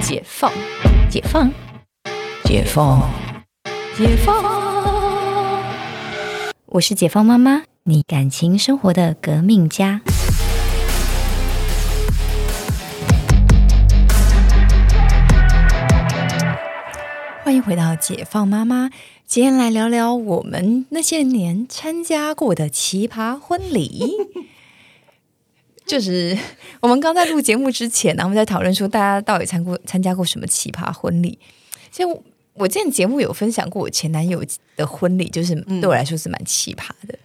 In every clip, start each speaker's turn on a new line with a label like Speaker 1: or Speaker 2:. Speaker 1: 解放，解放，解放，解放。
Speaker 2: 我是解放妈妈，你感情生活的革命家。
Speaker 1: 欢迎回到解放妈妈，今天来聊聊我们那些年参加过的奇葩婚礼。 就是我们刚在录节目之前呢，我们在讨论说大家到底参过参加过什么奇葩婚礼。其实我我之前节目有分享过我前男友的婚礼，就是对我来说是蛮奇葩的，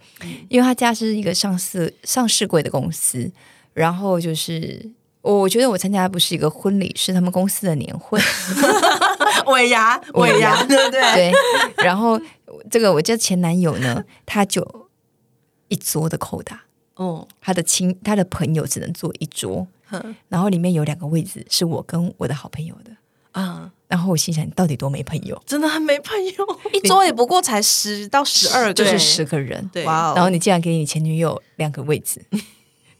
Speaker 1: 因为他家是一个上市上市贵的公司，然后就是我觉得我参加的不是一个婚礼，是他们公司的年会。
Speaker 3: 尾牙，
Speaker 1: 尾
Speaker 3: 尾
Speaker 1: 牙
Speaker 3: 牙，对不对？
Speaker 1: 对，然后这个我这前男友呢，他就一桌的扣打，
Speaker 3: 嗯，
Speaker 1: 他的亲他的朋友只能坐一桌，
Speaker 3: 哼
Speaker 1: 然后里面有两个位置是我跟我的好朋友的。
Speaker 3: 啊，
Speaker 1: 然后我心想，你到底多没朋友？
Speaker 3: 真的很没朋友，一桌也不过才十到十二个，
Speaker 1: 就是十个人，
Speaker 3: 对，
Speaker 2: 哇
Speaker 3: 哇
Speaker 2: 哦
Speaker 3: 哦，
Speaker 1: 然后你竟然给你前女友两个位 置，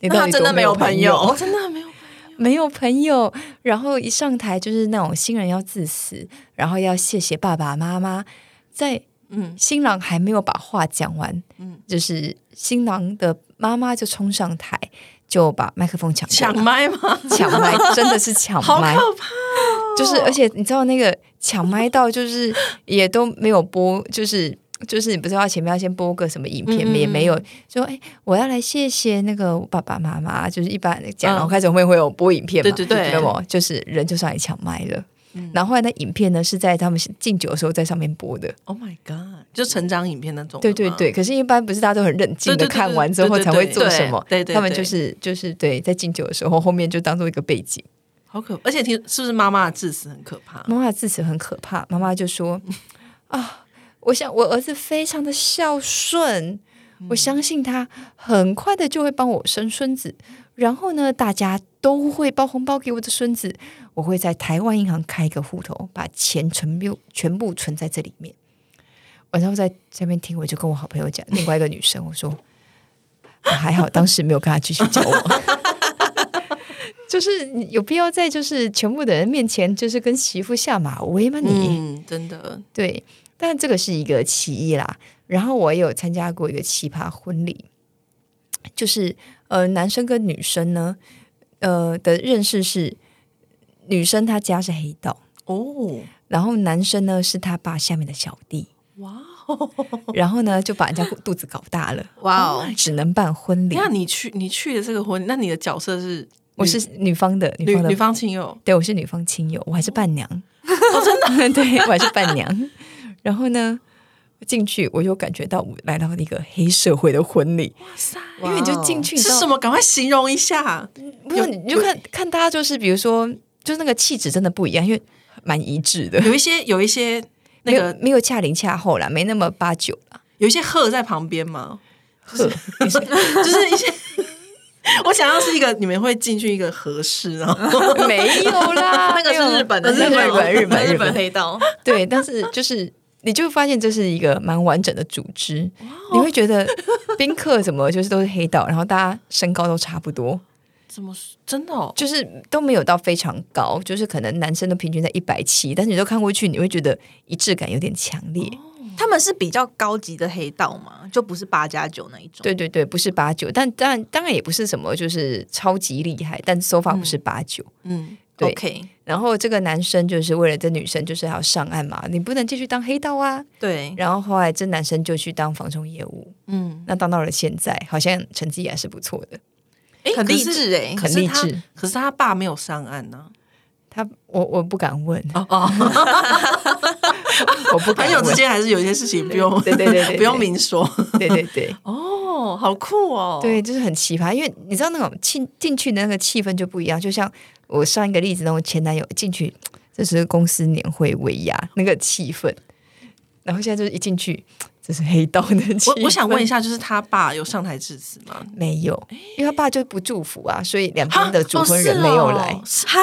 Speaker 1: 你到
Speaker 3: 那
Speaker 1: 底
Speaker 3: 真
Speaker 1: 多
Speaker 3: 的
Speaker 1: 没
Speaker 3: 没有
Speaker 1: 朋
Speaker 3: 朋友，哦真的没有朋
Speaker 1: 没有朋友，然后一上台就是那种新人要致辞，然后要谢谢爸爸妈妈，在
Speaker 3: 嗯
Speaker 1: 新郎还没有把话讲完，嗯
Speaker 3: 嗯，
Speaker 1: 就是新郎的妈妈就冲上台，就把麦克风抢
Speaker 3: 友，抢
Speaker 1: 过来
Speaker 3: 麦吗？
Speaker 1: 抢麦，真的是抢
Speaker 3: 好
Speaker 1: 麦，
Speaker 3: 可怕！哦
Speaker 1: 就是而且你知道那个抢麦到就是也都没有播，就是。就是你不知道前面要先播个什么影片，
Speaker 3: 嗯嗯嗯
Speaker 1: 也没有说哎、我要来谢谢那个爸爸妈妈，就是一般讲，然后开始会会有播影片嘛，
Speaker 3: 嗯对对对
Speaker 1: 那么就是人就上来抢麦了。然后后来那影片呢是在他们敬酒的时候在上面播的，
Speaker 3: Oh my god！就成长影片那种的吗，
Speaker 1: 对对对，可是，一般不是大家都很认真
Speaker 3: 对
Speaker 1: 的
Speaker 3: 哦对对
Speaker 1: 看完之后
Speaker 3: 对对
Speaker 1: 才
Speaker 3: 对
Speaker 1: 会做什么？
Speaker 3: 对对对
Speaker 1: 他们就是就是对，在敬酒的时候，后面就当做一个背景。
Speaker 3: 好可，而且听是不是妈妈的致死很可怕？
Speaker 1: 妈妈的致辞很可怕，妈妈就说：“啊，我想我儿子非常的孝顺，我相信他很快的就会帮我生孙子。然后呢，大家都会包红包给我的孙子，我会在台湾银行开一个户头，把钱全部全部存在这里面。”晚上我在下面听，我就跟我好朋友讲，另外一个女生，我说。啊还好当时没有跟他继续交往。就是你有必要在就是全部的人面前，就是跟媳妇下马威吗你？
Speaker 3: 嗯，真的，
Speaker 1: 对，但这个是一个起义啦。然后我也有参加过一个奇葩婚礼，就是呃，男生跟女生呢，呃的认识是女生她家是黑道，
Speaker 3: 哦，
Speaker 1: 然后男生呢是他爸下面的小弟，
Speaker 3: 哇哦！
Speaker 1: 然后呢就把人家肚子搞大了，
Speaker 3: 哇 哦
Speaker 1: 只能办婚礼。
Speaker 3: 那你去你去的这个婚礼，那你的角色是女？
Speaker 1: 我是女方的，
Speaker 3: 女
Speaker 1: 方的
Speaker 3: 女方亲友，
Speaker 1: 对，我是女方亲友，我还是伴娘。哦真的？ 对，我还是伴娘。然后呢，进去我就感觉到我来到了一个黑社会的婚礼，
Speaker 3: 哇塞！
Speaker 1: 因为你就进去，你知
Speaker 3: 是
Speaker 1: 道
Speaker 3: 什？么？赶快形容一下。
Speaker 1: 不是，你就看看大家，就是比如说，就是那个气质真的不一样，因为蛮一致的。
Speaker 3: 有一些有一些那
Speaker 1: 没
Speaker 3: 个
Speaker 1: 有没有恰零恰后啦，没那么八九啦。
Speaker 3: 有一些鹤在旁边吗？
Speaker 1: 呵，你是
Speaker 3: 就是一 些，我想要是一个你们会进去一个合适，然后
Speaker 1: 哦没有 啦，
Speaker 4: 那个
Speaker 1: 没有
Speaker 4: 是日本的，
Speaker 1: 那是日本日本
Speaker 4: 日本黑道，
Speaker 1: 对，但是就是你就会发现这是一个蛮完整的组织，你会觉得宾客怎么就是都是黑道，然后大家身高都差不多，
Speaker 3: 怎么说真的哦？
Speaker 1: 就是都没有到非常高，就是可能男生都平均在一百七，但是你都看过去，你会觉得一致感有点强烈。
Speaker 3: 哦
Speaker 4: 他们是比较高级的黑道嘛，就不是八加九那一种。
Speaker 1: 对对对，不是八九，但但当然也不是什么就是超级厉害，但手法不是八九。
Speaker 3: 嗯，
Speaker 1: 对
Speaker 4: o k
Speaker 1: 然后这个男生就是为了这女生，就是还要上岸嘛，你不能继续当黑道啊。
Speaker 4: 对，
Speaker 1: 然后后来这男生就去当防重业务，
Speaker 3: 嗯，
Speaker 1: 那当到了现在，好像成绩也是不错的，
Speaker 3: 哎
Speaker 4: 很励志哎、
Speaker 1: 很励。
Speaker 3: 可是可是
Speaker 1: 志
Speaker 3: 他。可是他爸没有上岸呢。
Speaker 1: 他，我我不敢问，
Speaker 3: 哦哦，
Speaker 1: 我 不敢
Speaker 3: 朋友之
Speaker 1: 问。
Speaker 3: 间还是有一些事情不用，
Speaker 1: 对对对对对
Speaker 3: 不用明说。
Speaker 1: 对对对
Speaker 3: 哦，好酷哦。
Speaker 1: 对，就是很奇葩，因为你知道那种气进去的那个气氛就不一样。就像我上一个例子，那种前男友进去，这是公司年会尾牙那个气氛，然后现在就是一进去，这是黑道的气氛。
Speaker 3: 我我想问一
Speaker 1: 下，
Speaker 3: 下，就是他爸有上台致辞吗？
Speaker 1: 没有，因为他爸就不祝福啊，所以两边
Speaker 3: 哈
Speaker 1: 的主
Speaker 3: 哦
Speaker 1: 婚
Speaker 3: 是
Speaker 1: 人没有
Speaker 3: 哦
Speaker 1: 来。
Speaker 3: 是
Speaker 4: 哈，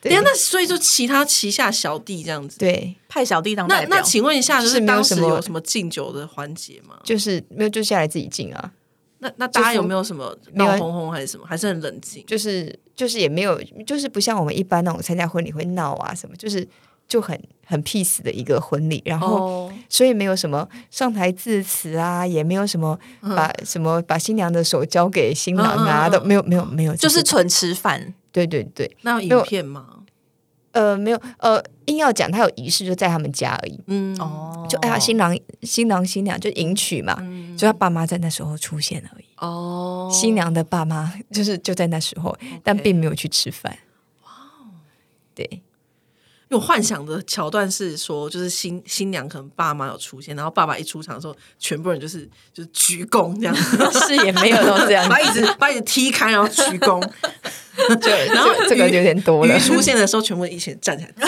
Speaker 1: 对
Speaker 3: 等一下，那所以就其他旗下小弟这样子。
Speaker 1: 对，
Speaker 4: 派小弟当
Speaker 3: 那
Speaker 4: 代表
Speaker 3: 那，请问一下，就
Speaker 1: 就是
Speaker 3: 是
Speaker 1: 没有
Speaker 3: 当
Speaker 1: 什
Speaker 3: 时
Speaker 1: 么
Speaker 3: 有什么敬酒的环节吗？
Speaker 1: 就是没有就下来自己进啊。
Speaker 3: 那那大家有没有什么
Speaker 1: 没有
Speaker 3: 闹哄哄还是什么？还是很冷静？
Speaker 1: 就是就是也没有，就是不像我们一般那种参加婚礼会闹啊什么，就是就很很 peace 的一个婚礼，然后
Speaker 3: 哦，
Speaker 1: 所以没有什么上台致辞啊，也没有什么把、什么把新娘的手交给新郎啊，
Speaker 3: 嗯嗯嗯嗯
Speaker 1: 都没有没有没有这
Speaker 4: 就
Speaker 1: 些，
Speaker 4: 是纯吃饭，
Speaker 1: 对对对，
Speaker 3: 那有
Speaker 1: 没有哦
Speaker 3: 影片吗？
Speaker 1: 呃没有呃硬要讲他有仪式就在他们家而已，
Speaker 3: 嗯，
Speaker 4: 哦，
Speaker 1: 就哎呀新郎新郎新娘就迎娶嘛，就他爸妈在那时候出现而已，
Speaker 3: 嗯哦，
Speaker 1: 新娘的爸妈就是就在那时候，但并没有去吃饭。对，
Speaker 3: 因为我幻想的桥段是说，就是新新娘可能爸妈有出现，然后爸爸一出场的时候，全部人就是就是鞠躬这样，
Speaker 1: 是也没有到 这样子
Speaker 3: 把，椅子把椅子踢开，然后鞠躬，
Speaker 1: 就
Speaker 3: 然后
Speaker 1: 这个
Speaker 3: 鱼
Speaker 1: 有点多了
Speaker 3: 鱼。出现的时候，全部一起站起来，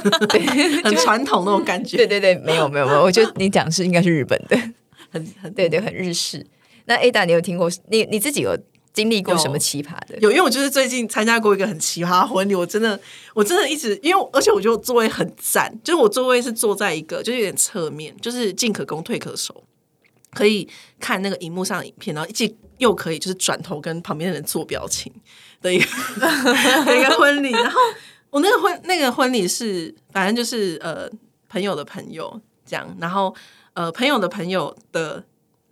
Speaker 3: 很传统那种感觉，
Speaker 1: 对对对，没有没有没有，我觉得你讲是应该是日本的，
Speaker 3: 很很
Speaker 1: 对对，很日式。那 Ada，你有听过你你自己有经历过什么
Speaker 3: 有哦
Speaker 1: 奇葩的？
Speaker 3: 有，因为我就是最近参加过一个很奇葩的婚礼，我真的，我真的一直，因为我而且我觉得我座位很赞，就是我座位是坐在一个就是有点侧面，就是进可攻退可守，可以看那个荧幕上的影片，然后既又可以就是转头跟旁边的人做表情的一 个的一个婚礼。然后我那个婚那个婚礼是反正就是呃朋友的朋友这样，然后呃朋友的朋友的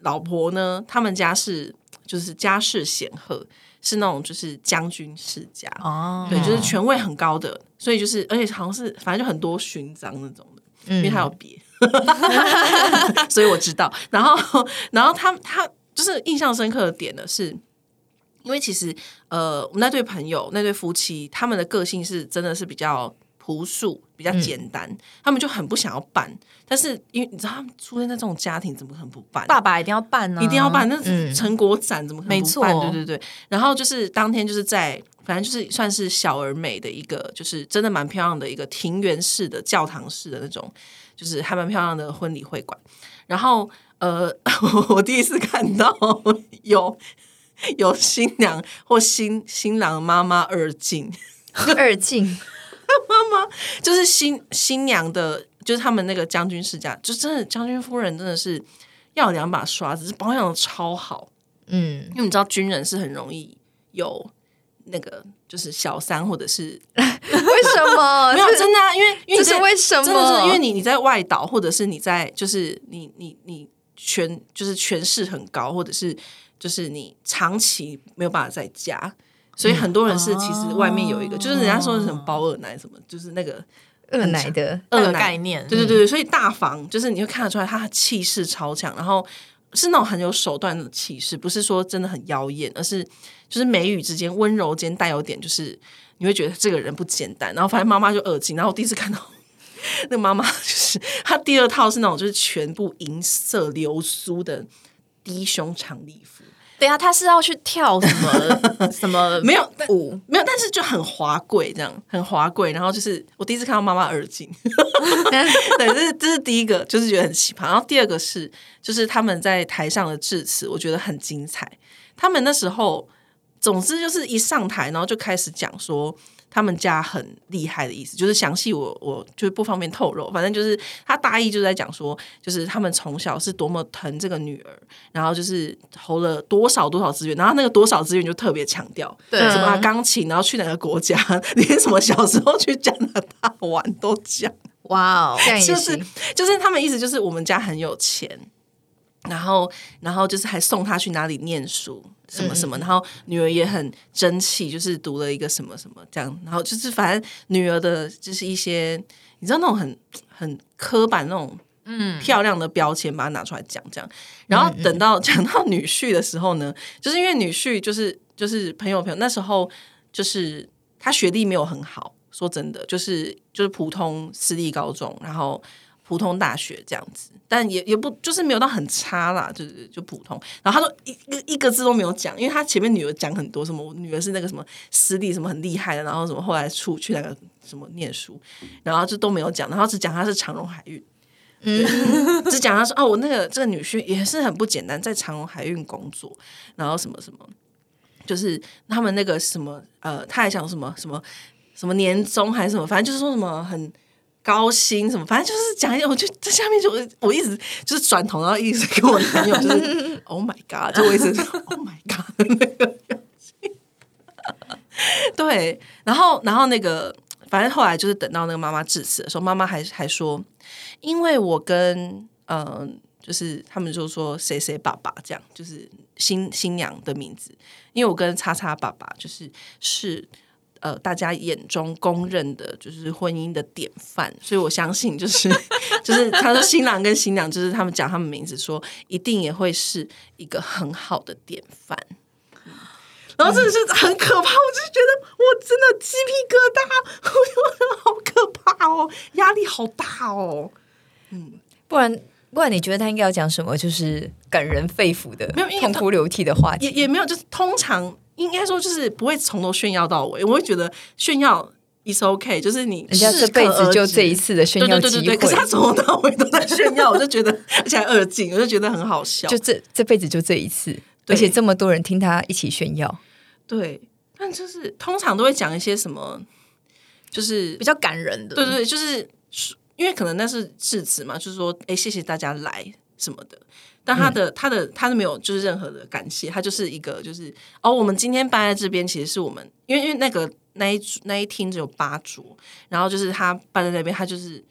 Speaker 3: 老婆呢，他们家是就是家世显赫，是那种就是将军世家，
Speaker 4: 哦，
Speaker 3: 对，
Speaker 1: 嗯
Speaker 3: 就是权位很高的，所以就是而且好像是反正就很多勋章那种的，
Speaker 1: 嗯
Speaker 3: 因为他有别， 所以我知道。然后然后他他就是印象深刻的点呢是。因为其实，呃，我们那对朋友、那对夫妻，他们的个性是真的是比较朴素、比较简单，他们就很不想要办。但是，因为你知道，他们出生在这种家庭，怎么可能不办？
Speaker 4: 爸爸一定要办啊呢，
Speaker 3: 一定要办，那
Speaker 1: 嗯
Speaker 3: 是成果展怎么可能
Speaker 4: 没
Speaker 3: 不办？
Speaker 4: 错
Speaker 3: 对对对。然后就是当天就是在，反正就是算是小而美的一个，就是真的蛮漂亮的一个庭园式的教堂式的那种，就是还蛮漂亮的婚礼会馆。然后呃， 我第一次看到有有新娘或新新郎妈妈二进，
Speaker 1: 二进，
Speaker 3: 就是新新娘的，就是他们那个将军世家，就真的将军夫人真的是要有两把刷子，是保养的超好。
Speaker 1: 嗯，
Speaker 3: 因为你知道军人是很容易有那个就是小三或者是
Speaker 1: 为什么？
Speaker 3: 没有
Speaker 1: 这
Speaker 3: 真的啊，因为
Speaker 1: 这
Speaker 3: 因为你
Speaker 1: 呃是
Speaker 3: 在
Speaker 1: 为什么？
Speaker 3: 真的是因为你你在外岛或者是你在就是你你你权就是权势很高，或者是就是你长期没有办法在家。
Speaker 1: 嗯
Speaker 3: 所以很多人是其实外面
Speaker 1: 哦
Speaker 3: 有一个，就是人家说的什么包二奶什么，就是那个
Speaker 1: 二奶的，
Speaker 4: 那
Speaker 3: 二
Speaker 4: 个
Speaker 3: 奶
Speaker 4: 概念，嗯
Speaker 3: 对对对，对所以大房就是你会看得出来，他的气势超强，然后是那种很有手段的气势，不是说真的很妖艳，而是就是眉宇之间温柔间带有点，就是你会觉得这个人不简单。然后反正妈妈就耳进，然后我第一次看到那个妈妈，就是她第二套是那种就是全部银色流苏的低胸长礼服，
Speaker 4: 等一下啊他是要去跳什么什 么
Speaker 3: 没有
Speaker 4: 舞？
Speaker 3: 没有，但是就很华贵，这样很华贵。然后就是我第一次看到妈妈耳镜，对，这是这是第一个，就是觉得很奇葩。然后第二个是，就是他们在台上的致辞，我觉得很精彩。他们那时候，总之就是一上台，然后就开始讲说。他们家很厉害的意思，就是详细我我就是不方便透露，反正就是他大意就在讲说，就是他们从小是多么疼这个女儿，然后就是投了多少多少资源，然后那个多少资源就特别强调，
Speaker 4: 对
Speaker 3: 什么啊钢琴，然后去哪个国家， 连什么小时候去加拿大玩都讲，
Speaker 4: 哇哦，
Speaker 1: 这样也
Speaker 3: 就
Speaker 1: 行。
Speaker 3: 是就是他们意思就是我们家很有钱，然后然后就是还送他去哪里念书什
Speaker 1: 嗯
Speaker 3: 么什么，然后女儿也很争气，就是读了一个什么什么这样，然后就是反正女儿的就是一些你知道那种很很刻板那种。嗯，漂亮的标签把它拿出来讲，这样，然后等到 讲到女婿的时候呢，就是因为女婿就是就是朋友朋友，那时候就是他学历没有很好，说真的，就是就是普通私立高中，然后普通大学这样子，但也也不就是没有到很差啦，就是就普通。然后他说一一一个字都没有讲，因为他前面女儿讲很多什么，我女儿是那个什么私立什么很厉害的，然后什么后来出去那个什么念书，然后就都没有讲，然后只讲她是长荣海运。嗯， 只讲他说哦，我那个这个女婿也是很不简单，在长荣海运工作，然后什么什么，就是他们那个什么呃，他还想什么什么什么年终还是什么，反正就是说什么很高薪什么，反正就是讲一些，我就在下面就我一直就是转头，然后一直跟我男友就是 Oh my God，就我一直 Oh my God 的那个表情。 对，然后然后那个，反正后来就是等到那个妈妈致辞的时候，妈妈还还说，因为我跟呃，就是他们就说谁谁爸爸这样，就是新新娘的名字，因为我跟叉叉爸爸就是是。呃，大家眼中公认的就是婚姻的典范，所以我相信就是就是他说新郎跟新娘，就是他们讲他们名字说，一定也会是一个很好的典范。然后真的是很可怕，我就觉得我真的鸡皮疙瘩， 我觉得好可怕哦，压力好大哦。
Speaker 1: 不然不然，你觉得他应该要讲什么？就是感人肺腑的
Speaker 3: 没有因为、
Speaker 1: 痛哭流涕的话
Speaker 3: 也
Speaker 1: 题。
Speaker 3: 也没有，就是通常应该说就是不会从头炫耀到尾，我会觉得炫耀 is okay，就是你
Speaker 1: 人家这辈子就这一次的炫
Speaker 3: 对
Speaker 1: 耀
Speaker 3: 对对
Speaker 1: 机
Speaker 3: 对
Speaker 1: 会，
Speaker 3: 对，可是他从头到尾都在炫耀，我就觉得而且还二进，我就觉得很好笑。
Speaker 1: 就这这辈子就这一次，而且这么多人听他一起炫耀，
Speaker 3: 对，但就是通常都会讲一些什么，就是
Speaker 4: 比较感人的。
Speaker 3: 对对，对，就是因为可能那是致辞嘛，就是说，哎，谢谢大家来什么的。但他的、他的他是没有就是任何的感谢，他就是一个就是哦，我们今天搬在这边，其实是我们因为因为那个那一桌那一厅只有八桌，然后就是他搬在那边，他就是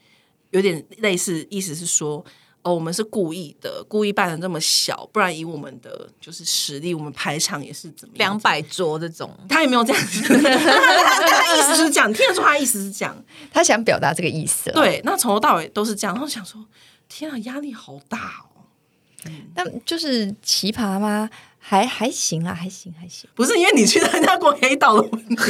Speaker 3: 有点类似，意思是说。哦，我们是故意的，故意办的这么小，不然以我们的就是实力，我们排场也是怎么样
Speaker 4: 两百桌这种，
Speaker 3: 他也没有这样子， 他他他意思是讲，听得出他意思是讲，
Speaker 1: 他想表达这个意思。，
Speaker 3: 对，那从头到尾都是这样。然后想说，天啊，压力好大哦！
Speaker 1: 但就是奇葩吗？还还行啊啦，还行还行。
Speaker 3: 不是因为你去参加过黑道的问题，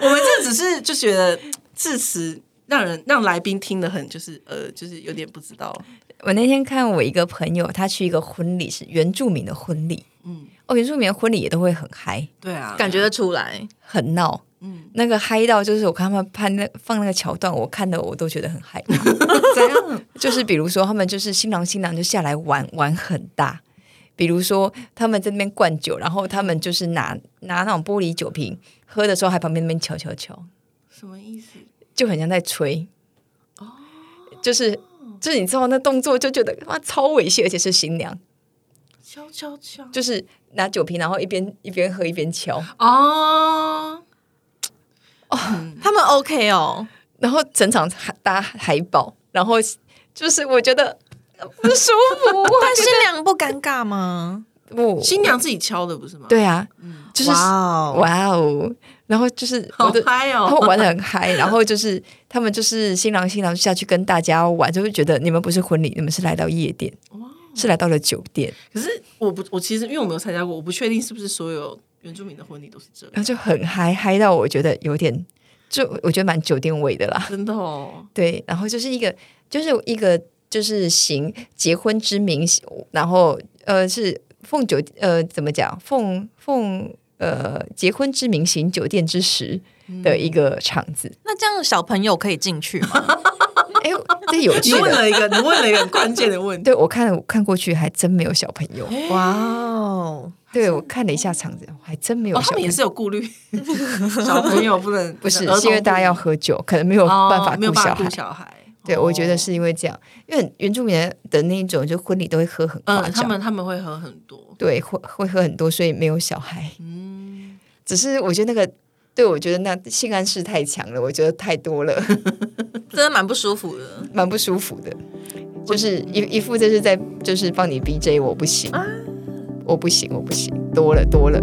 Speaker 3: 我们这只是就觉得致辞让人让来宾听得很就是呃就是有点不知道，
Speaker 1: 我那天看我一个朋友，他去一个婚礼，是原住民的婚礼。嗯，哦，原住民的婚礼也都会很嗨，
Speaker 3: 对啊，
Speaker 4: 感觉得出来。
Speaker 1: 很闹。嗯，那个嗨到就是我看他们拍那放那个桥段，我看的我都觉得很 害怕。
Speaker 3: 怎样？
Speaker 1: 就是比如说，他们就是新郎新娘就下来玩玩很大，比如说他们在那边灌酒，然后他们就是拿拿那种玻璃酒瓶喝的时候，还旁边那边敲敲敲，
Speaker 3: 什么意思？
Speaker 1: 就很像在吹。哦，就是就是你知道那动作就觉得哇超猥亵，而且是新娘，
Speaker 3: 敲敲敲
Speaker 1: 就是拿酒瓶，然后一边一边喝一边敲，
Speaker 3: 哦，
Speaker 4: 他们 OK 哦，
Speaker 1: 然后整场海大家海报，然后就是我觉得呃不舒服，
Speaker 4: 但新娘不尴尬吗？
Speaker 1: 不
Speaker 3: 新娘自己敲的不是吗？，
Speaker 1: 对啊，就是
Speaker 4: 哇哦，
Speaker 1: 哇哦，然后就是
Speaker 3: 好
Speaker 1: 我的。
Speaker 3: 嗨
Speaker 1: 他们
Speaker 3: 哦！
Speaker 1: 玩的很嗨，然后就是他们就是新郎新娘下去跟大家玩，就会觉得你们不是婚礼，你们是来到夜店，
Speaker 3: 哦
Speaker 1: 是来到了酒店，
Speaker 3: 可是我不，我其实因为我没有参加过，我不确定是不是所有原住民的婚礼都是这样，
Speaker 1: 然后就很嗨，嗨到我觉得有点，就我觉得蛮酒店味的啦。
Speaker 3: 真的哦。
Speaker 1: 对，然后就是一个就是一个就是行结婚之名，然后呃是奉酒呃怎么讲奉奉呃结婚之名行酒店之实的一个场 子，
Speaker 4: 那这样小朋友可以进去吗？
Speaker 1: 哎、呦，这有趣
Speaker 3: 你问
Speaker 1: 了。
Speaker 3: 了一个，你问了一个很关键的问题。
Speaker 1: 对，我看我看过去还真没有小朋友。
Speaker 4: 哇哦，
Speaker 1: 对，我看了一下场子，我还真没有
Speaker 3: 哦，
Speaker 1: 小
Speaker 3: 他
Speaker 1: 朋
Speaker 3: 们
Speaker 1: 友。
Speaker 3: 也是有顾虑， 小朋友不能
Speaker 1: 不是
Speaker 3: 儿童，
Speaker 1: 是因为大家要喝酒，可能没有
Speaker 3: 不能
Speaker 1: 办
Speaker 3: 哦
Speaker 1: 法
Speaker 3: 没有
Speaker 1: 顾
Speaker 3: 办
Speaker 1: 小
Speaker 3: 法
Speaker 1: 孩。
Speaker 3: 顾小孩。
Speaker 1: 对，我觉得
Speaker 3: 哦，
Speaker 1: 是因为这样，因为原住民的那一种就婚礼都会喝很夸
Speaker 3: 嗯，他
Speaker 1: 张，
Speaker 3: 们他们会喝很多，
Speaker 1: 对，会会喝很多，所以没有小孩。
Speaker 3: 嗯，
Speaker 1: 只是我觉得那个，对我觉得那性暗示太强了，我觉得太多了，
Speaker 4: 真的蛮不舒服的。
Speaker 1: 蛮不舒服的。就是一一副
Speaker 3: 啊
Speaker 1: 这是在就是帮你 BJ，我不行，我不行，我不行，多了多了。